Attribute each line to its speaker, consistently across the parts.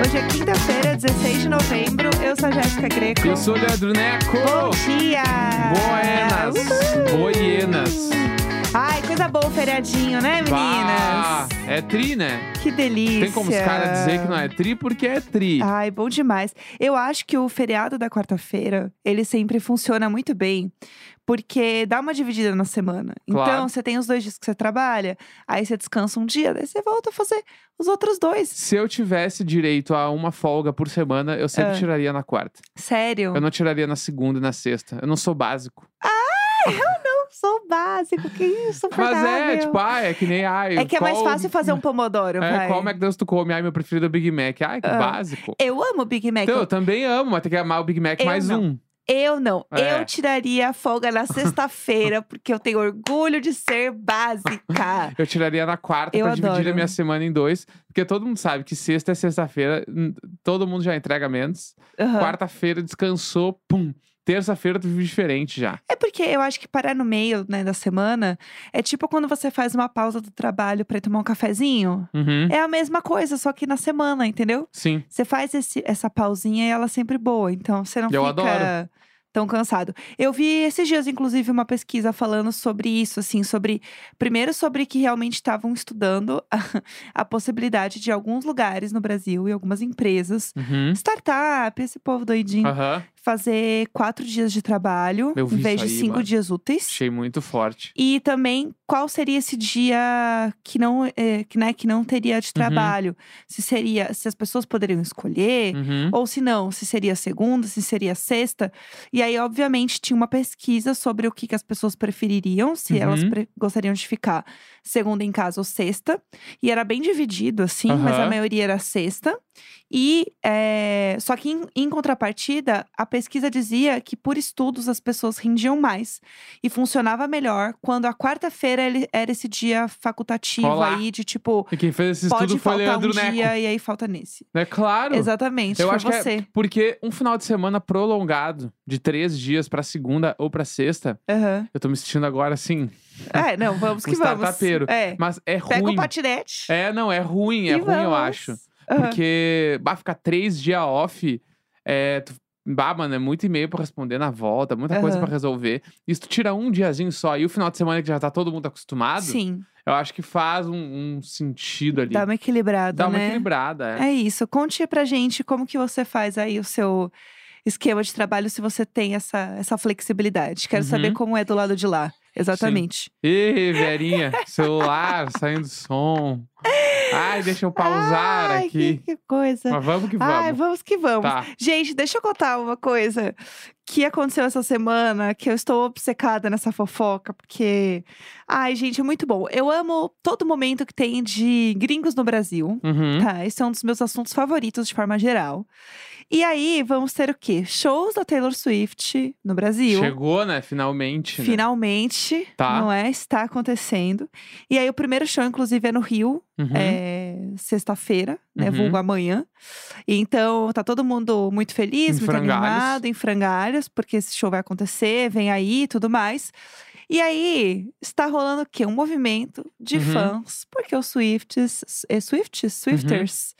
Speaker 1: Hoje é quinta-feira, 16 de novembro. Eu sou a Jéssica Greco.
Speaker 2: Eu sou o Leandro Neco.
Speaker 1: Bom dia!
Speaker 2: Buenas.
Speaker 1: Uhul.
Speaker 2: Boienas.
Speaker 1: Ai, coisa boa o feriadinho, né, meninas?
Speaker 2: Bah, É tri, né?
Speaker 1: Que delícia!
Speaker 2: Tem como os caras dizer que não é tri porque é tri.
Speaker 1: Ai, bom demais. Eu acho que o feriado da quarta-feira, ele sempre funciona muito bem, porque dá uma dividida na semana.
Speaker 2: Claro.
Speaker 1: Então, você tem os dois dias que você trabalha, aí você descansa um dia, daí você volta a fazer os outros dois.
Speaker 2: Se eu tivesse direito a uma folga por semana, eu
Speaker 1: Ah.
Speaker 2: sempre tiraria na quarta.
Speaker 1: Sério.
Speaker 2: Eu não tiraria na segunda e na sexta. Eu não sou básico.
Speaker 1: Eu sou básico, que isso,
Speaker 2: Mas é, tipo, ah, é que nem. Ah,
Speaker 1: É que é mais
Speaker 2: qual-
Speaker 1: fácil fazer um pomodoro,
Speaker 2: É,
Speaker 1: vai.
Speaker 2: qual McDonald's tu come? Ai, meu preferido é o Big Mac. Ai, que
Speaker 1: Ah. É
Speaker 2: básico.
Speaker 1: Eu amo Big Mac.
Speaker 2: Então, eu também amo, mas tem que amar o Big Mac
Speaker 1: Eu
Speaker 2: mais
Speaker 1: não.
Speaker 2: um.
Speaker 1: Eu não.
Speaker 2: É.
Speaker 1: Eu tiraria a folga na sexta-feira, porque eu tenho orgulho de ser básica.
Speaker 2: Eu tiraria na quarta
Speaker 1: Eu
Speaker 2: pra dividir
Speaker 1: adoro.
Speaker 2: a minha semana em dois. Porque todo mundo sabe que sexta é sexta-feira, n- todo mundo já entrega menos.
Speaker 1: Aham.
Speaker 2: Quarta-feira descansou, pum. Terça-feira tu vive diferente já.
Speaker 1: É porque eu acho que parar no meio né, da semana é tipo quando você faz uma pausa do trabalho pra ir tomar um cafezinho.
Speaker 2: Uhum.
Speaker 1: É a mesma coisa, só que na semana, entendeu?
Speaker 2: Sim.
Speaker 1: Você faz esse- essa pausinha e ela é sempre boa, então você não
Speaker 2: Eu
Speaker 1: fica
Speaker 2: adoro.
Speaker 1: tão cansado. Eu vi esses dias, inclusive, uma pesquisa falando sobre isso, assim, sobre. Primeiro, sobre que realmente estavam estudando a, a possibilidade de alguns lugares no Brasil e algumas empresas,
Speaker 2: Uhum.
Speaker 1: startup, esse povo doidinho,
Speaker 2: Aham.
Speaker 1: fazer quatro dias de trabalho
Speaker 2: Ah. Eu vi
Speaker 1: em vez
Speaker 2: isso
Speaker 1: de
Speaker 2: aí,
Speaker 1: cinco
Speaker 2: mano.
Speaker 1: dias úteis.
Speaker 2: Achei muito forte.
Speaker 1: E também qual seria esse dia que não, eh, que, né, que não teria
Speaker 2: Uhum.
Speaker 1: de trabalho? Se seria, se as pessoas poderiam escolher,
Speaker 2: Uhum.
Speaker 1: ou se não, se seria segunda, se seria sexta. E aí, obviamente, tinha uma pesquisa sobre o que, que as pessoas prefeririam, se elas
Speaker 2: Uhum.
Speaker 1: pre- gostariam de ficar segunda em casa ou sexta. E era bem dividido, assim, mas a
Speaker 2: Aham.
Speaker 1: maioria era sexta. E eh, só que em, em contrapartida, a pesquisa dizia que por estudos as pessoas rendiam mais e funcionava melhor quando a quarta-feira ele- era esse dia facultativo
Speaker 2: Olá.
Speaker 1: aí de tipo
Speaker 2: E quem fez esse
Speaker 1: pode
Speaker 2: estudo foi
Speaker 1: faltar
Speaker 2: Leandro
Speaker 1: um
Speaker 2: Neco.
Speaker 1: dia e aí falta nesse.
Speaker 2: Né? Claro.
Speaker 1: Exatamente,
Speaker 2: Eu
Speaker 1: foi
Speaker 2: acho que é-
Speaker 1: você.
Speaker 2: Porque um final de semana prolongado, de três dias pra segunda ou pra sexta,
Speaker 1: Aham.
Speaker 2: eu tô me sentindo agora assim.
Speaker 1: É, não, vamos
Speaker 2: Um
Speaker 1: que vamos.
Speaker 2: startupeiro.
Speaker 1: É.
Speaker 2: Mas é ruim.
Speaker 1: Pega o patinete.
Speaker 2: É, não, é ruim, é
Speaker 1: e
Speaker 2: ruim, eu
Speaker 1: vamos.
Speaker 2: acho.
Speaker 1: Aham.
Speaker 2: Porque, bah, ficar três dias off, é, tu- bah, mano, é muito e-mail pra responder na volta, muita coisa
Speaker 1: Aham.
Speaker 2: pra resolver. E se tu tira um diazinho só e o final de semana que já tá todo mundo acostumado,
Speaker 1: Sim, Tá
Speaker 2: eu acho que faz um, um sentido ali.
Speaker 1: dá uma equilibrada,
Speaker 2: Dá uma
Speaker 1: né?
Speaker 2: equilibrada, é.
Speaker 1: É isso. Conte pra gente como que você faz aí o seu esquema de trabalho se você tem essa, essa flexibilidade. Quero saber
Speaker 2: Uhum.
Speaker 1: como é do lado de lá. Exatamente.
Speaker 2: Ê, Verinha, celular saindo som. Ai, deixa eu pausar
Speaker 1: Ai,
Speaker 2: aqui.
Speaker 1: Que, que coisa.
Speaker 2: Mas vamos que
Speaker 1: Ai,
Speaker 2: vamos.
Speaker 1: vamos que vamos.
Speaker 2: Tá.
Speaker 1: Gente, deixa eu contar uma coisa que aconteceu essa semana, que eu estou obcecada nessa fofoca, porque. Ai, gente, é muito bom. Eu amo todo momento que tem de gringos no Brasil.
Speaker 2: Uhum.
Speaker 1: Tá, esse é um dos meus assuntos favoritos de forma geral. E aí, vamos ter o quê? Shows da Taylor Swift no Brasil.
Speaker 2: Chegou, né? Finalmente. né?
Speaker 1: Finalmente,
Speaker 2: Tá.
Speaker 1: não é? Está acontecendo. E aí, o primeiro show, inclusive, é no Rio,
Speaker 2: Uhum.
Speaker 1: é, sexta-feira, né?
Speaker 2: Uhum.
Speaker 1: Vulgo amanhã. E então tá todo mundo muito feliz,
Speaker 2: Em
Speaker 1: muito
Speaker 2: frangalhos.
Speaker 1: animado, em frangalhos, porque esse show vai acontecer, vem aí e tudo mais. E aí, está rolando o quê? Um movimento de
Speaker 2: Uhum.
Speaker 1: fãs, porque os Swifts, eh, Swifts, Swifters,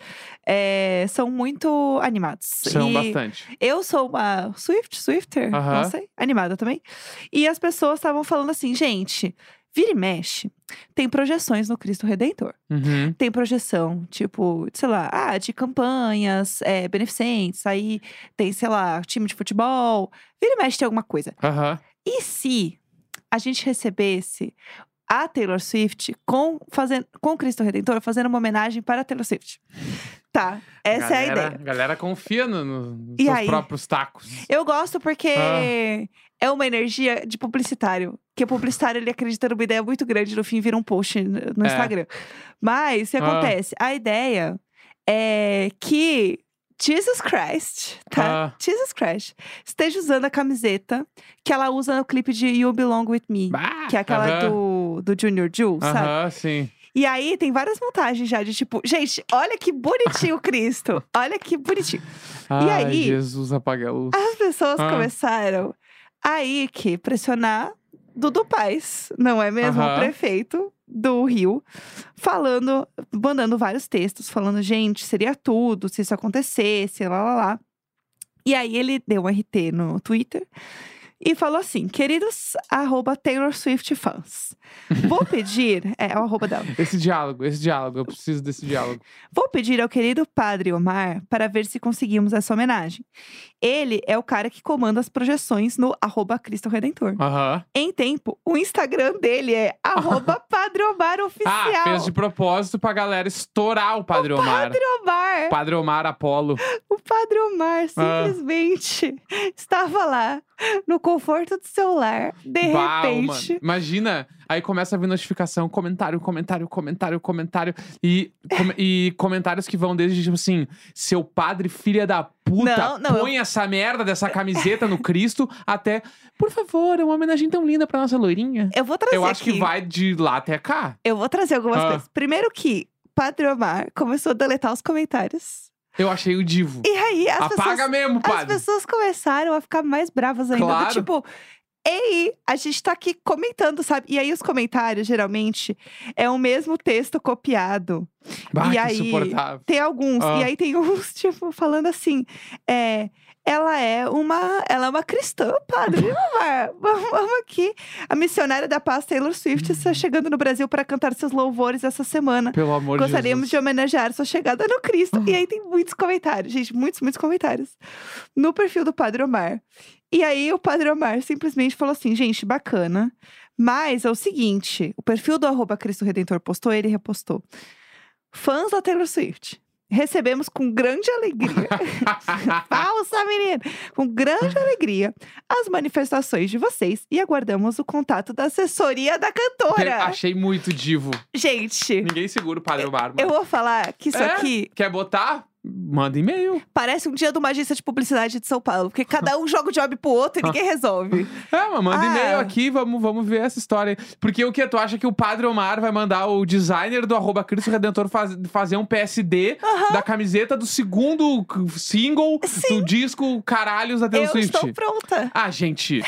Speaker 1: eh, são muito animados.
Speaker 2: São
Speaker 1: E
Speaker 2: bastante.
Speaker 1: eu sou uma Swift, Swifter,
Speaker 2: Aham.
Speaker 1: não sei, animada também. E as pessoas estavam falando assim, gente, vira e mexe, tem projeções no Cristo Redentor
Speaker 2: Uhum.
Speaker 1: tem projeção, tipo, sei lá, ah, de campanhas é, beneficentes, aí tem, sei lá, time de futebol, vira e mexe tem alguma coisa.
Speaker 2: Aham.
Speaker 1: E se a gente recebesse a Taylor Swift com, fazendo, com o Cristo Redentor fazendo uma homenagem para a Taylor Swift? Tá, essa é a
Speaker 2: galera,
Speaker 1: ideia.
Speaker 2: galera confia no- no- nos
Speaker 1: E
Speaker 2: seus
Speaker 1: aí?
Speaker 2: próprios tacos.
Speaker 1: Eu gosto porque
Speaker 2: Ah.
Speaker 1: é uma energia de publicitário. Que o publicitário, ele acredita numa ideia muito grande, no fim vira um post no no
Speaker 2: É.
Speaker 1: Instagram. Mas, o que
Speaker 2: Ah.
Speaker 1: acontece? A ideia é que Jesus Christ, tá?
Speaker 2: Ah.
Speaker 1: Jesus Christ, esteja usando a camiseta que ela usa no clipe de You Belong With Me.
Speaker 2: Bah!
Speaker 1: Que é aquela
Speaker 2: Aham.
Speaker 1: do, do Junior Jules, sabe?
Speaker 2: Aham, sim.
Speaker 1: E aí tem várias montagens já de tipo, gente, olha que bonitinho o Cristo. Olha que bonitinho.
Speaker 2: Ai,
Speaker 1: aí?
Speaker 2: Jesus apaga a luz.
Speaker 1: As pessoas
Speaker 2: Ah.
Speaker 1: começaram a ir que pressionar Dudu Paes, não é mesmo? O
Speaker 2: Aham.
Speaker 1: prefeito do Rio, falando, mandando vários textos, falando, gente, seria tudo se isso acontecesse, lá, lá, lá. E aí ele deu um RT no Twitter e falou assim: queridos, arroba Taylor Swift fãs, vou pedir, é, é o arroba dela,
Speaker 2: Esse diálogo, esse diálogo, eu preciso desse diálogo.
Speaker 1: Vou pedir ao querido padre Omar para ver se conseguimos essa homenagem. Ele é o cara que comanda as projeções no arroba Cristo Redentor.
Speaker 2: Aham.
Speaker 1: Em tempo, o Instagram dele é arroba Padre Omar Oficial.
Speaker 2: Ah, fez de propósito pra galera estourar o Padre Omar.
Speaker 1: Padre Omar,
Speaker 2: Padre Omar Apolo.
Speaker 1: o Padre
Speaker 2: Ah.
Speaker 1: Omar simplesmente estava lá no conforto do seu lar, de
Speaker 2: Uau,
Speaker 1: repente.
Speaker 2: mano. Imagina, aí começa a vir notificação, comentário, comentário, comentário, comentário. E, com- e comentários que vão desde tipo assim: seu padre, filha da puta,
Speaker 1: Não, não,
Speaker 2: põe essa merda dessa camiseta no Cristo, até, por favor, é uma homenagem tão linda pra nossa loirinha.
Speaker 1: Eu vou trazer
Speaker 2: Eu acho que
Speaker 1: aqui.
Speaker 2: vai de lá até cá.
Speaker 1: Eu vou trazer algumas
Speaker 2: Ah.
Speaker 1: coisas. Primeiro que Padre Omar começou a deletar os comentários.
Speaker 2: Eu achei o divo.
Speaker 1: E aí as
Speaker 2: Apaga
Speaker 1: pessoas
Speaker 2: mesmo,
Speaker 1: As
Speaker 2: padre.
Speaker 1: pessoas começaram a ficar mais bravas ainda. do
Speaker 2: Claro.
Speaker 1: tipo, ei, a gente tá aqui comentando, sabe? E aí os comentários, geralmente, é o mesmo texto copiado.
Speaker 2: Bah,
Speaker 1: e
Speaker 2: que
Speaker 1: aí-
Speaker 2: insuportável.
Speaker 1: Tem alguns.
Speaker 2: Ah.
Speaker 1: E aí tem uns, tipo, falando assim, é... Ela é uma, ela é uma cristã, padre. Omar. Vamos vamos aqui. A missionária da paz Taylor Swift está
Speaker 2: Uhum.
Speaker 1: chegando no Brasil para cantar seus louvores essa semana.
Speaker 2: Pelo amor
Speaker 1: Gostaríamos
Speaker 2: de
Speaker 1: de homenagear sua chegada no Cristo. E aí tem muitos comentários, gente, muitos, muitos comentários. No perfil do Padre Omar. E aí o Padre Omar simplesmente falou assim, gente, bacana. Mas é o seguinte, o perfil do arroba Cristo Redentor postou, ele repostou. Fãs da Taylor Swift. Recebemos com grande alegria.
Speaker 2: Jesus.
Speaker 1: Falsa, menina! Com grande alegria as manifestações de vocês e aguardamos o contato da assessoria da cantora.
Speaker 2: Achei muito divo.
Speaker 1: Gente,
Speaker 2: Ninguém segura o Padre Omar. mano.
Speaker 1: É, eu vou falar que isso
Speaker 2: É?
Speaker 1: aqui
Speaker 2: Quer botar? Manda e-mail.
Speaker 1: Parece um dia de uma agência de publicidade de São Paulo, porque cada um joga o job pro outro e ninguém resolve.
Speaker 2: É, mas manda
Speaker 1: Ah.
Speaker 2: e-mail aqui, vamos, vamos ver essa história. aí. Porque o que tu acha que o Padre Omar vai mandar o designer do arroba Cristo Redentor faz- fazer um PSD da camiseta do segundo c- single
Speaker 1: Sim.
Speaker 2: do disco Caralhos da Taylor
Speaker 1: eu
Speaker 2: Swift?
Speaker 1: estou pronta.
Speaker 2: Ah, gente.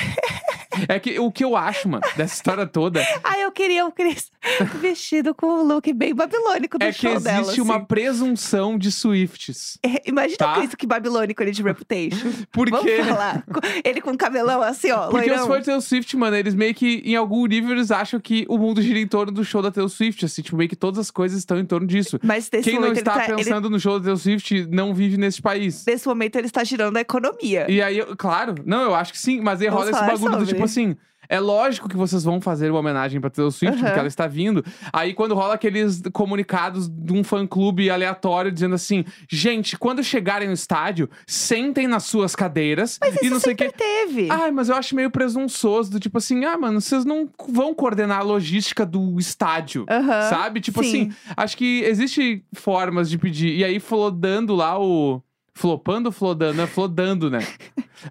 Speaker 2: É que o que eu acho, mano, dessa história toda
Speaker 1: Ah, eu queria o Cris vestido com um look bem babilônico do
Speaker 2: é que
Speaker 1: show
Speaker 2: existe
Speaker 1: dela.
Speaker 2: uma
Speaker 1: assim.
Speaker 2: presunção de Swifts.
Speaker 1: É, Imagina
Speaker 2: Tá.
Speaker 1: o Cris que babilônico ele de Reputation.
Speaker 2: Porque
Speaker 1: Vamos falar. Co- Ele com o cabelão assim, ó,
Speaker 2: Porque os
Speaker 1: loirão.
Speaker 2: fãs da Taylor Swift, mano, eles meio que, em algum nível, eles acham que o mundo gira em torno do show da Taylor Swift. Assim, tipo, meio que todas as coisas estão em torno disso.
Speaker 1: Mas nesse
Speaker 2: Quem não
Speaker 1: momento
Speaker 2: está
Speaker 1: ele tá. ele-
Speaker 2: pensando no show da Taylor Swift não vive nesse país.
Speaker 1: nesse momento ele está girando a economia.
Speaker 2: E aí, eu- claro, não, eu acho que sim, mas aí
Speaker 1: Vamos
Speaker 2: rola esse
Speaker 1: falar
Speaker 2: bagulho do
Speaker 1: sobre.
Speaker 2: tipo assim. É lógico que vocês vão fazer uma homenagem pra Taylor Swift,
Speaker 1: Aham.
Speaker 2: porque ela está vindo. Aí quando rola aqueles comunicados de um fã clube aleatório dizendo assim: gente, quando chegarem no estádio, sentem nas suas cadeiras
Speaker 1: Mas
Speaker 2: e
Speaker 1: isso é
Speaker 2: não sei o que. Ah,
Speaker 1: sempre teve.
Speaker 2: Ai, mas eu acho meio presunçoso, do tipo assim, ah, mano, vocês não vão coordenar a logística do estádio.
Speaker 1: Aham,
Speaker 2: Sabe? Tipo
Speaker 1: sim.
Speaker 2: assim, acho que existe formas de pedir. E aí, flodando lá o. Flopando, flodando, é flodando, né?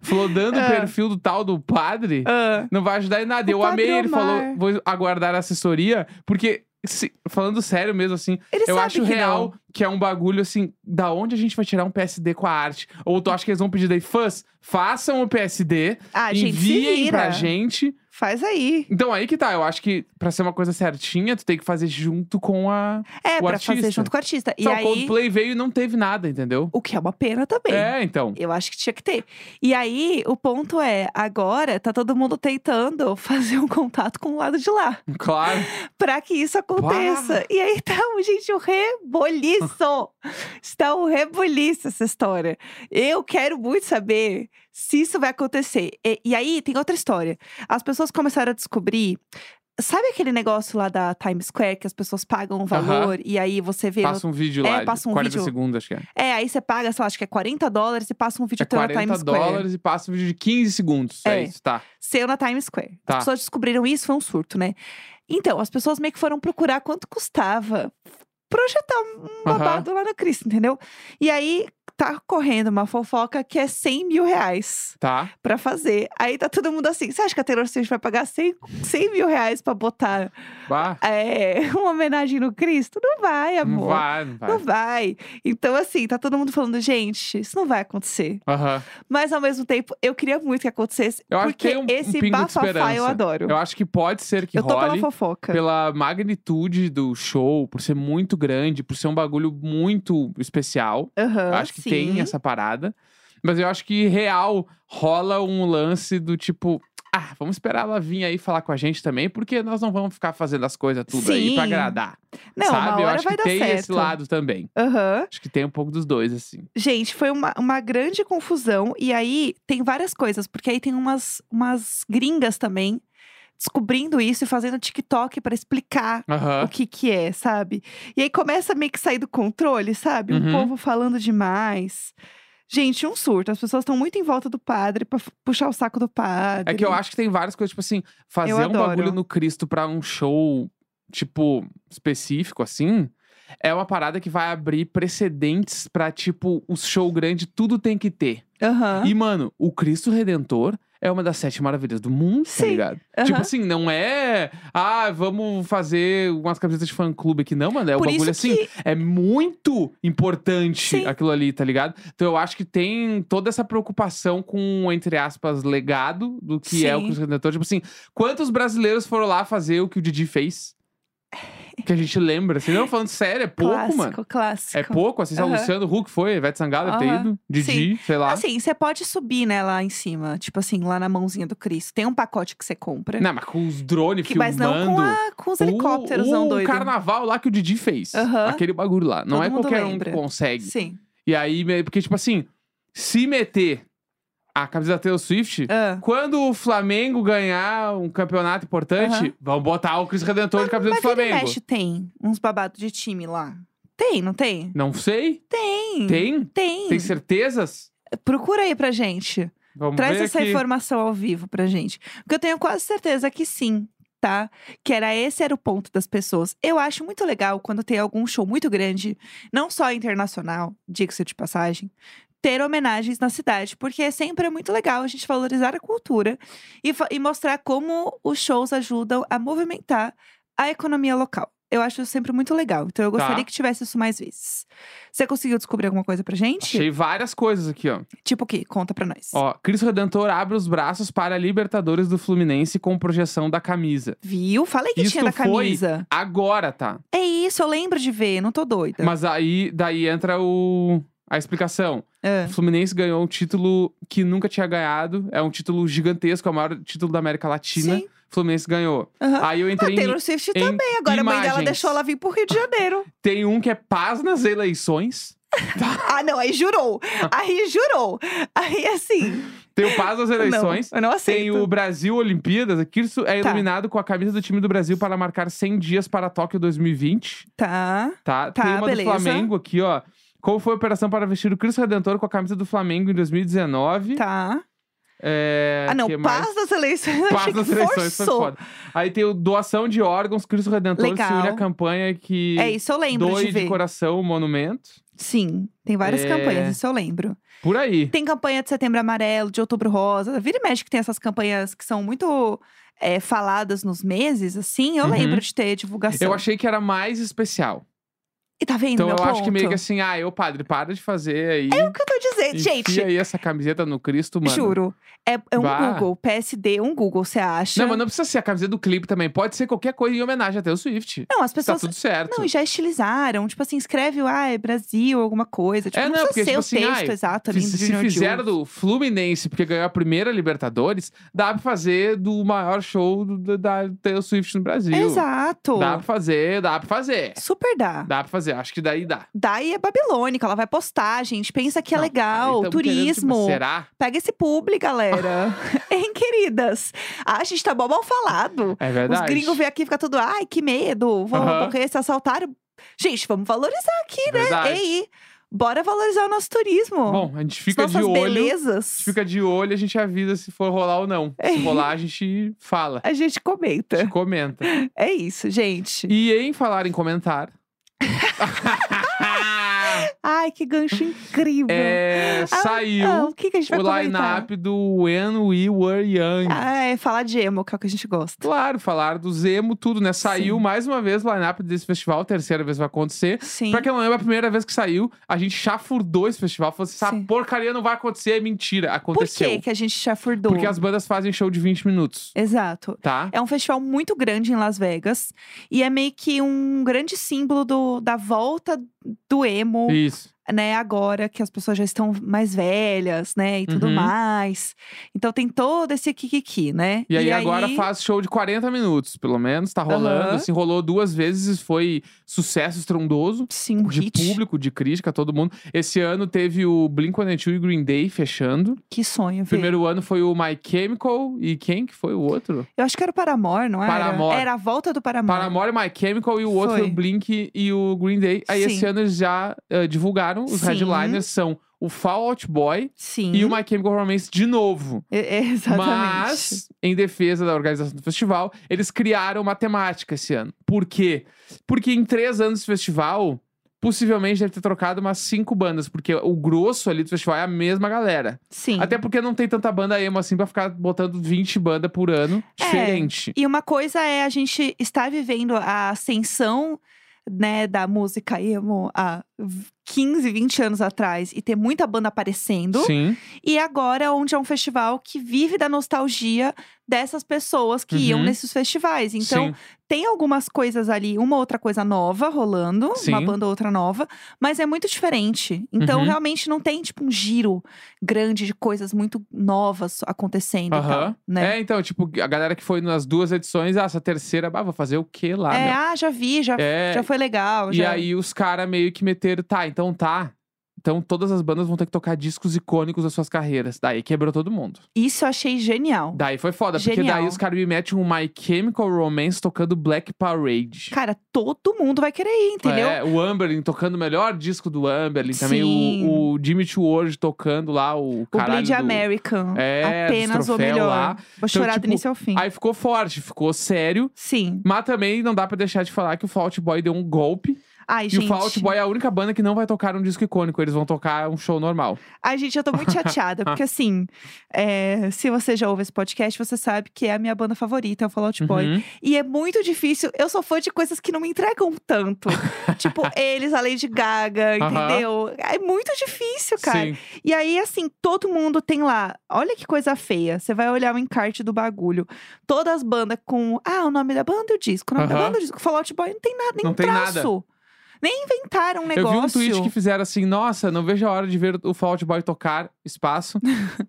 Speaker 2: flodando o
Speaker 1: Ah.
Speaker 2: perfil do tal do padre,
Speaker 1: Ah,
Speaker 2: não vai ajudar em nada.
Speaker 1: O
Speaker 2: eu amei,
Speaker 1: padre
Speaker 2: ele
Speaker 1: Omar.
Speaker 2: falou, vou aguardar a assessoria, porque, se- falando sério mesmo assim,
Speaker 1: ele
Speaker 2: eu
Speaker 1: sabe
Speaker 2: acho
Speaker 1: que
Speaker 2: real
Speaker 1: não.
Speaker 2: que é um bagulho assim, da onde a gente vai tirar um PSD com a arte? Ou tu acha que eles vão pedir daí, fãs, façam o PSD,
Speaker 1: Ah, gente, se
Speaker 2: enviem
Speaker 1: vira.
Speaker 2: pra gente.
Speaker 1: Faz aí.
Speaker 2: Então aí que tá, eu acho que pra ser uma coisa certinha, tu tem que fazer junto com a.
Speaker 1: É,
Speaker 2: o
Speaker 1: pra
Speaker 2: artista.
Speaker 1: fazer junto com o artista. E
Speaker 2: Só
Speaker 1: aí,
Speaker 2: o Coldplay veio e não teve nada, entendeu?
Speaker 1: o que é uma pena também.
Speaker 2: É, então.
Speaker 1: Eu acho que tinha que ter. E aí, o ponto é, agora tá todo mundo tentando fazer um contato com o lado de lá.
Speaker 2: Claro.
Speaker 1: Pra que isso aconteça.
Speaker 2: Uau!
Speaker 1: E aí tá, gente, o reboliço. Está um reboliço essa história. Eu quero muito saber se isso vai acontecer. E, e aí, tem outra história. As pessoas começaram a descobrir... Sabe aquele negócio lá da Times Square que as pessoas pagam um valor e aí você vê no
Speaker 2: Passa um vídeo
Speaker 1: É,
Speaker 2: lá. de
Speaker 1: passa um
Speaker 2: 40
Speaker 1: vídeo.
Speaker 2: segundos, acho que é.
Speaker 1: É, aí você paga, sei lá, acho que é 40 dólares e passa um vídeo
Speaker 2: É
Speaker 1: teu na
Speaker 2: 40
Speaker 1: Times Square.
Speaker 2: dólares e passa um vídeo de 15 segundos. É,
Speaker 1: É.
Speaker 2: isso, tá.
Speaker 1: Seu na Times Square.
Speaker 2: Tá.
Speaker 1: As pessoas descobriram isso, foi um surto, né? Então, as pessoas meio que foram procurar quanto custava projetar um
Speaker 2: Aham.
Speaker 1: babado lá na Cris, entendeu? E aí tá correndo uma fofoca que é 100 mil reais
Speaker 2: Tá.
Speaker 1: pra fazer. Aí tá todo mundo assim, você acha que a Taylor Swift vai pagar 100, 100 mil reais pra botar
Speaker 2: Bah.
Speaker 1: é, uma homenagem no Cristo? Não vai,
Speaker 2: Não
Speaker 1: amor.
Speaker 2: vai, não vai.
Speaker 1: Não vai. Então, assim, tá todo mundo falando, gente, isso não vai acontecer.
Speaker 2: Aham.
Speaker 1: Mas ao mesmo tempo, eu queria muito que acontecesse.
Speaker 2: Eu acho que
Speaker 1: porque
Speaker 2: tem um- um
Speaker 1: esse
Speaker 2: pingo de
Speaker 1: bafafá eu
Speaker 2: esperança.
Speaker 1: adoro.
Speaker 2: Eu acho que pode ser que
Speaker 1: Eu tô pela
Speaker 2: role
Speaker 1: fofoca.
Speaker 2: pela magnitude do show, por ser muito grande, por ser um bagulho muito especial.
Speaker 1: Aham,
Speaker 2: Eu acho que
Speaker 1: Ah, sim.
Speaker 2: tem essa parada. Mas eu acho que real rola um lance do tipo. Ah, vamos esperar ela vir aí falar com a gente também, porque nós não vamos ficar fazendo as coisas tudo aí pra
Speaker 1: Sim.
Speaker 2: agradar.
Speaker 1: Não,
Speaker 2: sabe?
Speaker 1: uma
Speaker 2: eu
Speaker 1: hora
Speaker 2: acho
Speaker 1: vai dar
Speaker 2: que tem
Speaker 1: certo.
Speaker 2: esse lado também.
Speaker 1: Aham.
Speaker 2: Acho que tem um pouco dos dois, assim.
Speaker 1: Gente, foi uma, uma grande confusão. E aí tem várias coisas, porque aí tem umas, umas gringas também descobrindo isso e fazendo TikTok pra explicar
Speaker 2: Aham.
Speaker 1: o que que é, sabe? E aí começa a meio que sair do controle, sabe?
Speaker 2: Uhum.
Speaker 1: O povo falando demais. Gente, um surto. As pessoas estão muito em volta do padre pra f- puxar o saco do padre.
Speaker 2: É que eu acho que tem várias coisas, tipo assim, fazer
Speaker 1: Eu
Speaker 2: um
Speaker 1: adoro.
Speaker 2: bagulho no Cristo pra um show, tipo, específico, assim, é uma parada que vai abrir precedentes pra, tipo, o show grande, tudo tem que ter.
Speaker 1: Aham.
Speaker 2: E, mano, o Cristo Redentor é uma das sete maravilhas do mundo, tá
Speaker 1: Sim,
Speaker 2: ligado?
Speaker 1: aham.
Speaker 2: Tipo assim, não é. Ah, vamos fazer umas camisetas de fã-clube aqui, não, mano. É um
Speaker 1: Por isso
Speaker 2: bagulho assim.
Speaker 1: que
Speaker 2: É muito importante
Speaker 1: Sim.
Speaker 2: aquilo ali, tá ligado? Então eu acho que tem toda essa preocupação com, entre aspas, legado do que é o
Speaker 1: Sim.
Speaker 2: Cristo Redentor. Tipo assim, quantos brasileiros foram lá fazer o que o Didi fez? Que a gente lembra. Assim, não, falando sério, é pouco,
Speaker 1: clássico,
Speaker 2: mano.
Speaker 1: clássico.
Speaker 2: É pouco, assim, sabe?
Speaker 1: Aham.
Speaker 2: Luciano Huck foi, Ivete Sangalo deve ter
Speaker 1: Aham.
Speaker 2: ido, Didi, sei lá.
Speaker 1: Assim, você pode subir, né, lá em cima. Tipo assim, lá na mãozinha do Cristo. Tem um pacote que você compra.
Speaker 2: Não, mas com os drones
Speaker 1: que, mas
Speaker 2: filmando.
Speaker 1: não com, a- com os helicópteros,
Speaker 2: o,
Speaker 1: não
Speaker 2: o
Speaker 1: doido.
Speaker 2: carnaval lá que o Didi fez.
Speaker 1: Aham.
Speaker 2: Aquele bagulho lá. Não
Speaker 1: Todo
Speaker 2: é
Speaker 1: mundo
Speaker 2: qualquer um
Speaker 1: lembra.
Speaker 2: que consegue.
Speaker 1: Sim.
Speaker 2: E aí, me- porque, tipo assim, se meter a camisa da Taylor Swift,
Speaker 1: Ah.
Speaker 2: quando o Flamengo ganhar um campeonato importante,
Speaker 1: Aham.
Speaker 2: vão botar o Cris Redentor de camisa
Speaker 1: Mas
Speaker 2: do
Speaker 1: vira e
Speaker 2: Flamengo.
Speaker 1: mexe tem uns babados de time lá. Tem, não tem?
Speaker 2: Não sei.
Speaker 1: Tem.
Speaker 2: Tem?
Speaker 1: Tem.
Speaker 2: Tem certezas?
Speaker 1: Procura aí pra gente.
Speaker 2: Vamos
Speaker 1: Traz
Speaker 2: ver
Speaker 1: essa
Speaker 2: aqui.
Speaker 1: informação ao vivo pra gente. Porque eu tenho quase certeza que sim, tá? Que era esse era o ponto das pessoas. Eu acho muito legal quando tem algum show muito grande, não só internacional, diga-se de passagem, ter homenagens na cidade. Porque é sempre muito legal a gente valorizar a cultura e, fa- e mostrar como os shows ajudam a movimentar a economia local. Eu acho isso sempre muito legal. Então eu
Speaker 2: Tá.
Speaker 1: gostaria que tivesse isso mais vezes. Você conseguiu descobrir alguma coisa pra gente?
Speaker 2: Achei várias coisas aqui, ó.
Speaker 1: Tipo o quê? Conta pra nós.
Speaker 2: Ó, Cristo Redentor abre os braços para a Libertadores do Fluminense com projeção da camisa.
Speaker 1: Viu? Falei que
Speaker 2: Isso
Speaker 1: tinha na
Speaker 2: foi-
Speaker 1: camisa.
Speaker 2: Agora, tá?
Speaker 1: É isso, eu lembro de ver, não tô doida.
Speaker 2: Mas aí, daí entra o... a explicação.
Speaker 1: Ah,
Speaker 2: O Fluminense ganhou um título que nunca tinha ganhado. É um título gigantesco, é o maior título da América Latina.
Speaker 1: Sim. Ah,
Speaker 2: O Fluminense ganhou.
Speaker 1: aham.
Speaker 2: Aí eu
Speaker 1: A
Speaker 2: né? Ah, entrei em.
Speaker 1: Taylor Swift
Speaker 2: em
Speaker 1: um também. Agora a mãe dela
Speaker 2: imagens.
Speaker 1: deixou ela vir pro Rio de Janeiro.
Speaker 2: Tem um que é paz nas eleições.
Speaker 1: ah, não, aí jurou. Aí jurou. Aí assim.
Speaker 2: Tem o paz nas eleições.
Speaker 1: Não, eu não aceito.
Speaker 2: Tem o Brasil Olimpíadas. Aqui isso é
Speaker 1: Tá.
Speaker 2: iluminado com a camisa do time do Brasil para marcar 100 dias para Tóquio 2020.
Speaker 1: Tá.
Speaker 2: Tá?
Speaker 1: Tá,
Speaker 2: Tem uma
Speaker 1: beleza.
Speaker 2: do Flamengo aqui, ó. Como foi a operação para vestir o Cristo Redentor com a camisa do Flamengo em 2019?
Speaker 1: Tá.
Speaker 2: É,
Speaker 1: ah, não,
Speaker 2: que é mais?
Speaker 1: paz das eleições. eu
Speaker 2: Passa
Speaker 1: achei que
Speaker 2: as eleições, foi
Speaker 1: forçou.
Speaker 2: foda. Aí tem o doação de órgãos, Cristo Redentor se
Speaker 1: Legal.
Speaker 2: une à campanha que
Speaker 1: É isso, eu lembro
Speaker 2: doe
Speaker 1: de ver.
Speaker 2: coração o monumento.
Speaker 1: Sim, tem várias
Speaker 2: É.
Speaker 1: campanhas, isso eu lembro.
Speaker 2: Por aí.
Speaker 1: Tem campanha de setembro amarelo, de outubro rosa. Vira e mexe que tem essas campanhas que são muito é, faladas nos meses, assim. Eu
Speaker 2: Uhum.
Speaker 1: lembro de ter divulgação.
Speaker 2: Eu achei que era mais especial.
Speaker 1: E tá vendo
Speaker 2: então eu
Speaker 1: meu ponto? É
Speaker 2: acho que meio que assim, ah, eu padre, para de fazer aí.
Speaker 1: O que eu tô dizendo?
Speaker 2: enfia
Speaker 1: Gente,
Speaker 2: aí essa camiseta no Cristo, mano.
Speaker 1: juro. É, é um
Speaker 2: Bah.
Speaker 1: Google, PSD, um Google, você acha?
Speaker 2: Não, mas não precisa ser a camiseta do clipe também. Pode ser qualquer coisa em homenagem até o Swift.
Speaker 1: Não, as
Speaker 2: Tá
Speaker 1: pessoas.
Speaker 2: tudo certo.
Speaker 1: não, e já estilizaram. Tipo assim, escreve, ah, é Brasil, alguma coisa. Tipo,
Speaker 2: É,
Speaker 1: não,
Speaker 2: não,
Speaker 1: precisa
Speaker 2: porque,
Speaker 1: ser
Speaker 2: tipo
Speaker 1: o
Speaker 2: assim,
Speaker 1: texto
Speaker 2: ai,
Speaker 1: exato ali.
Speaker 2: Se,
Speaker 1: do
Speaker 2: se
Speaker 1: Junior
Speaker 2: fizer
Speaker 1: Jules.
Speaker 2: do Fluminense, porque ganhou a primeira Libertadores, dá pra fazer do maior show do- do- da Taylor Swift no Brasil.
Speaker 1: Exato.
Speaker 2: Dá pra fazer, dá pra fazer.
Speaker 1: Super dá.
Speaker 2: Dá pra fazer, acho que daí dá.
Speaker 1: Daí é babilônica, ela vai postar, gente. Pensa que é
Speaker 2: Não,
Speaker 1: legal,
Speaker 2: Aí tamo querendo, tipo,
Speaker 1: turismo.
Speaker 2: será?
Speaker 1: Pega esse publi, galera. hein, queridas? Ah, a gente tá bom mal falado.
Speaker 2: É
Speaker 1: Os
Speaker 2: verdade.
Speaker 1: gringos vêm aqui e ficam tudo, ai, que medo, vão
Speaker 2: Aham.
Speaker 1: morrer, se assaltaram. Gente, vamos valorizar aqui, né?
Speaker 2: Verdade.
Speaker 1: Ei, bora valorizar o nosso turismo.
Speaker 2: Bom, a gente
Speaker 1: As
Speaker 2: fica de
Speaker 1: nossas
Speaker 2: olho.
Speaker 1: belezas,
Speaker 2: Fica de olho, a gente avisa se for rolar ou não. Se rolar, a gente fala,
Speaker 1: a gente
Speaker 2: a
Speaker 1: comenta.
Speaker 2: gente comenta.
Speaker 1: É isso, gente.
Speaker 2: E em falar em comentar.
Speaker 1: Ai, que gancho incrível.
Speaker 2: É, saiu
Speaker 1: Ah, o que, que a gente vai
Speaker 2: o
Speaker 1: comentar?
Speaker 2: line-up do When We Were Young.
Speaker 1: Ah, é falar de emo, que é o que a gente gosta.
Speaker 2: Claro, falar do Zemo, tudo, né? Saiu mais uma vez o line-up desse festival, terceira vez vai acontecer.
Speaker 1: Sim.
Speaker 2: Pra quem não lembra, a primeira vez que saiu, a gente chafurdou esse festival. Falou assim, essa
Speaker 1: Sim.
Speaker 2: porcaria não vai acontecer, é mentira.
Speaker 1: Por
Speaker 2: Aconteceu.
Speaker 1: que, que a gente chafurdou?
Speaker 2: Porque as bandas fazem show de 20 minutos,
Speaker 1: Exato.
Speaker 2: tá?
Speaker 1: É um festival muito grande em Las Vegas. E é meio que um grande símbolo do- da volta do emo,
Speaker 2: Isso.
Speaker 1: né? Agora que as pessoas já estão mais velhas, né? E tudo
Speaker 2: Uhum.
Speaker 1: mais. Então tem todo esse kikiki, né?
Speaker 2: E aí, agora faz show de 40 minutos, pelo menos. Tá rolando,
Speaker 1: Aham.
Speaker 2: assim, rolou duas vezes, foi sucesso estrondoso.
Speaker 1: Sim, um
Speaker 2: de
Speaker 1: hit.
Speaker 2: público, de crítica, todo mundo. Esse ano teve o Blink-182 e Green Day fechando.
Speaker 1: Que sonho,
Speaker 2: O
Speaker 1: ver.
Speaker 2: primeiro ano foi o My Chemical e quem que foi o outro?
Speaker 1: Eu acho que era o Paramore, não era?
Speaker 2: Paramore.
Speaker 1: Era a volta do Paramore.
Speaker 2: Paramore, My Chemical e o outro
Speaker 1: Foi.
Speaker 2: o Blink e o Green Day. Aí
Speaker 1: Sim.
Speaker 2: esse ano eles já eh, divulgaram, os
Speaker 1: Sim.
Speaker 2: headliners são o Fall Out Boy
Speaker 1: Sim.
Speaker 2: e o My Chemical Romance de novo.
Speaker 1: E- é, Exatamente.
Speaker 2: Mas, em defesa da organização do festival, eles criaram uma temática esse ano. Por quê? Porque em três anos de festival, possivelmente deve ter trocado umas cinco bandas, porque o grosso ali do festival é a mesma galera.
Speaker 1: Sim.
Speaker 2: Até porque não tem tanta banda emo assim pra ficar botando 20 bandas por ano
Speaker 1: É.
Speaker 2: diferente.
Speaker 1: E uma coisa é a gente estar vivendo a ascensão né, da música emo há 15, 20 anos atrás e ter muita banda aparecendo.
Speaker 2: Sim.
Speaker 1: E agora, onde é um festival que vive da nostalgia dessas pessoas que iam
Speaker 2: Uhum.
Speaker 1: nesses festivais. Então,
Speaker 2: sim.
Speaker 1: tem algumas coisas ali, uma outra coisa nova rolando, uma
Speaker 2: Sim.
Speaker 1: banda ou outra nova, mas é muito diferente. Então,
Speaker 2: Uhum.
Speaker 1: realmente não tem, tipo, um giro grande de coisas muito novas acontecendo. e tal,
Speaker 2: Aham.
Speaker 1: né?
Speaker 2: É, então, tipo, a galera que foi nas duas edições, ah, essa terceira, bah, vou fazer o quê lá,
Speaker 1: é,
Speaker 2: meu?
Speaker 1: ah, já vi, já,
Speaker 2: É,
Speaker 1: já foi legal.
Speaker 2: E
Speaker 1: já...
Speaker 2: aí os caras meio que meteram, tá, então tá. Então todas as bandas vão ter que tocar discos icônicos das suas carreiras. Daí quebrou todo mundo.
Speaker 1: Isso eu achei genial.
Speaker 2: Daí foi foda, porque
Speaker 1: Genial.
Speaker 2: daí os caras me metem um My Chemical Romance tocando Black Parade.
Speaker 1: Cara, todo mundo vai querer ir, entendeu?
Speaker 2: É, o Amberlin tocando o melhor disco do Amberlin. Também
Speaker 1: Sim.
Speaker 2: o, o Jimmy Two World tocando lá o
Speaker 1: o
Speaker 2: caralho
Speaker 1: Bleed
Speaker 2: do...
Speaker 1: American.
Speaker 2: É, dos
Speaker 1: apenas o
Speaker 2: troféu
Speaker 1: melhor.
Speaker 2: lá.
Speaker 1: Vou chorar
Speaker 2: tipo,
Speaker 1: do início ao fim.
Speaker 2: Aí ficou forte, ficou sério.
Speaker 1: Sim.
Speaker 2: Mas também não dá pra deixar de falar que o Fall Out Boy deu um golpe.
Speaker 1: Ai,
Speaker 2: E
Speaker 1: gente.
Speaker 2: o Fall Out Boy é a única banda que não vai tocar um disco icônico. Eles vão tocar um show normal.
Speaker 1: Ai, gente, eu tô muito chateada, porque assim, é, se você já ouve esse podcast, você sabe que é a minha banda favorita, é o Fallout Boy.
Speaker 2: Uhum.
Speaker 1: E é muito difícil. Eu sou fã de coisas que não me entregam tanto. tipo, eles, a Lady Gaga,
Speaker 2: Aham.
Speaker 1: entendeu? É muito difícil, cara.
Speaker 2: Sim.
Speaker 1: E aí, assim, todo mundo tem lá. Olha que coisa feia. Você vai olhar o encarte do bagulho. Todas as bandas com. Ah, o nome da banda e o disco. O nome da
Speaker 2: Aham.
Speaker 1: banda e o disco. Fallout Boy não tem nada, nem
Speaker 2: Não
Speaker 1: um
Speaker 2: tem nada.
Speaker 1: traço. Nem inventaram um
Speaker 2: Eu
Speaker 1: negócio.
Speaker 2: vi um tweet que fizeram assim: Nossa, não vejo a hora de ver o Fall Out Boy tocar espaço,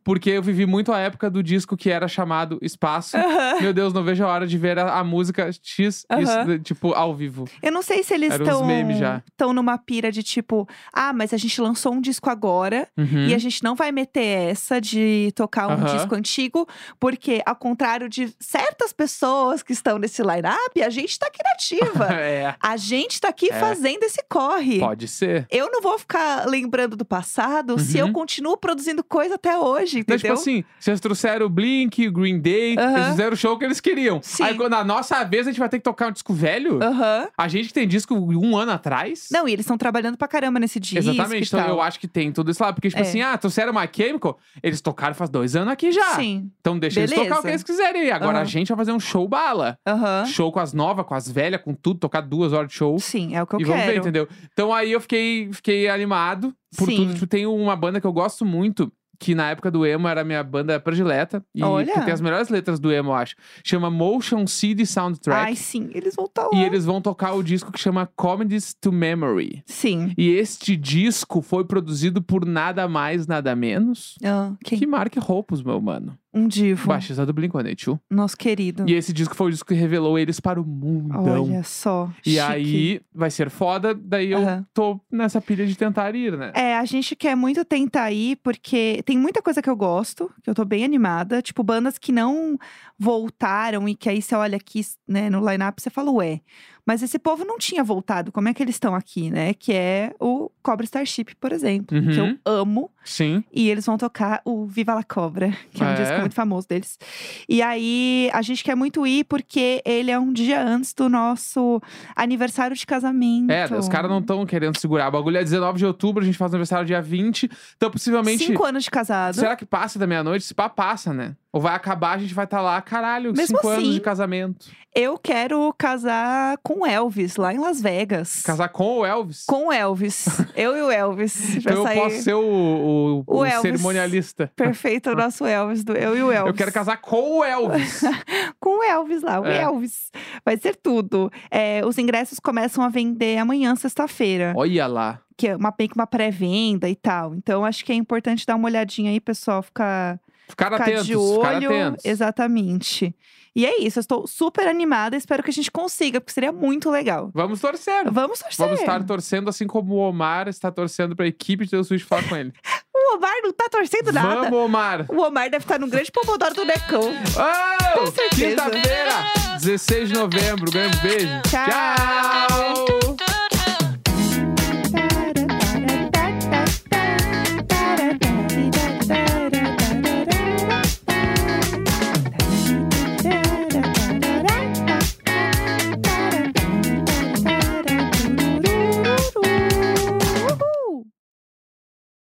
Speaker 2: porque eu vivi muito a época do disco que era chamado Espaço.
Speaker 1: Aham.
Speaker 2: Meu Deus, não vejo a hora de ver a, a música X, isso,
Speaker 1: Aham.
Speaker 2: tipo, ao vivo.
Speaker 1: Eu não sei se eles
Speaker 2: Eram uns
Speaker 1: estão
Speaker 2: memes já.
Speaker 1: estão numa pira de tipo, ah, mas a gente lançou um disco agora
Speaker 2: Uhum.
Speaker 1: e é, a gente não vai meter essa de tocar um
Speaker 2: Aham.
Speaker 1: disco antigo, porque ao contrário de certas pessoas que estão nesse line-up, a gente tá criativa.
Speaker 2: é,
Speaker 1: A gente tá aqui
Speaker 2: É.
Speaker 1: fazendo esse corre.
Speaker 2: pode ser.
Speaker 1: Eu não vou ficar lembrando do passado se eu
Speaker 2: Uhum.
Speaker 1: continuo produzindo coisa até hoje,
Speaker 2: Então,
Speaker 1: entendeu?
Speaker 2: tipo assim, vocês trouxeram o Blink, o Green Day,
Speaker 1: Aham.
Speaker 2: eles fizeram o show que eles queriam.
Speaker 1: Sim.
Speaker 2: Aí, quando a nossa vez, a gente vai ter que tocar um disco velho?
Speaker 1: Aham.
Speaker 2: A gente que tem disco um ano atrás?
Speaker 1: Não, e eles estão trabalhando pra caramba nesse disco.
Speaker 2: Exatamente,
Speaker 1: e
Speaker 2: então
Speaker 1: tal.
Speaker 2: eu acho que tem tudo isso lá. Porque, tipo
Speaker 1: É.
Speaker 2: assim, ah, trouxeram My Chemical, eles tocaram faz dois anos aqui já.
Speaker 1: Sim.
Speaker 2: Então deixa eles
Speaker 1: Beleza.
Speaker 2: tocar o que eles quiserem. Agora
Speaker 1: Aham.
Speaker 2: a gente vai fazer um show bala.
Speaker 1: Aham.
Speaker 2: Show com as novas, com as velhas, com tudo, tocar duas horas de show.
Speaker 1: Sim, é o que eu
Speaker 2: e vamos ver,
Speaker 1: quero.
Speaker 2: entendeu? Então aí eu fiquei, fiquei animado por
Speaker 1: Sim.
Speaker 2: tudo. Tipo, tem uma banda que eu gosto muito, que na época do emo era a minha banda predileta. E
Speaker 1: Olha.
Speaker 2: que tem as melhores letras do emo, eu acho. Chama Motion City Soundtrack.
Speaker 1: Ai, sim, eles vão estar lá.
Speaker 2: E eles vão tocar o disco que chama Comedies to Memory.
Speaker 1: Sim.
Speaker 2: E este disco foi produzido por nada mais, nada menos
Speaker 1: Ah, quem?
Speaker 2: que Mark Hoppus, meu mano.
Speaker 1: Um divo,
Speaker 2: Baixista do Blink-182.
Speaker 1: nosso querido.
Speaker 2: E esse disco foi o disco que revelou eles para o mundão.
Speaker 1: Hum. Olha só.
Speaker 2: e
Speaker 1: chique.
Speaker 2: aí, vai ser foda, daí eu
Speaker 1: Aham.
Speaker 2: tô nessa pilha de tentar ir, né?
Speaker 1: É, a gente quer muito tentar ir, porque tem muita coisa que eu gosto, que eu tô bem animada. Tipo, bandas que não voltaram e que aí você olha aqui, né, no line-up, você fala, ué. Mas esse povo não tinha voltado. Como é que eles estão aqui, né? Que é o Cobra Starship, por exemplo, que
Speaker 2: Uhum.
Speaker 1: eu amo.
Speaker 2: Sim.
Speaker 1: E eles vão tocar o Viva la Cobra, que é um
Speaker 2: Ah,
Speaker 1: disco
Speaker 2: é?
Speaker 1: muito famoso deles. E aí a gente quer muito ir porque ele é um dia antes do nosso aniversário de casamento.
Speaker 2: É, os caras não estão querendo segurar. O bagulho é 19 de outubro, a gente faz um aniversário dia 20. Então, possivelmente.
Speaker 1: Cinco anos de casado.
Speaker 2: Será que passa da meia-noite? Se pá, passa, né? Ou vai acabar, a gente vai estar lá, caralho,
Speaker 1: Mesmo
Speaker 2: cinco
Speaker 1: assim-
Speaker 2: anos de casamento.
Speaker 1: Eu quero casar com Elvis, lá em Las Vegas.
Speaker 2: Casar com o Elvis.
Speaker 1: Com Elvis. eu e o Elvis. Vai
Speaker 2: então eu
Speaker 1: sair
Speaker 2: posso ser o, o,
Speaker 1: O
Speaker 2: o
Speaker 1: Elvis.
Speaker 2: cerimonialista.
Speaker 1: perfeito o nosso Elvis, do eu e o Elvis.
Speaker 2: Eu quero casar com o Elvis.
Speaker 1: com o Elvis lá, o
Speaker 2: É.
Speaker 1: Elvis. Vai ser tudo. É, os ingressos começam a vender amanhã, sexta-feira.
Speaker 2: Olha lá.
Speaker 1: Que é uma, meio que uma pré-venda e tal. Então, acho que é importante dar uma olhadinha aí, pessoal. Ficar,
Speaker 2: Ficar
Speaker 1: ficar
Speaker 2: atentos,
Speaker 1: de
Speaker 2: ficar
Speaker 1: olho.
Speaker 2: atentos.
Speaker 1: Exatamente. E é isso, eu estou super animada. Espero que a gente consiga, porque seria muito legal.
Speaker 2: Vamos torcer.
Speaker 1: Vamos torcer.
Speaker 2: Vamos estar torcendo, assim como o Omar está torcendo pra equipe de Deus Switch falar com ele.
Speaker 1: O Omar não tá torcendo nada.
Speaker 2: Vamos, Omar!
Speaker 1: O Omar deve estar num grande pomodoro do Necão.
Speaker 2: Oh,
Speaker 1: certeza.
Speaker 2: Quinta-feira, 16 de novembro. Grande beijo.
Speaker 1: Tchau.
Speaker 2: Tchau.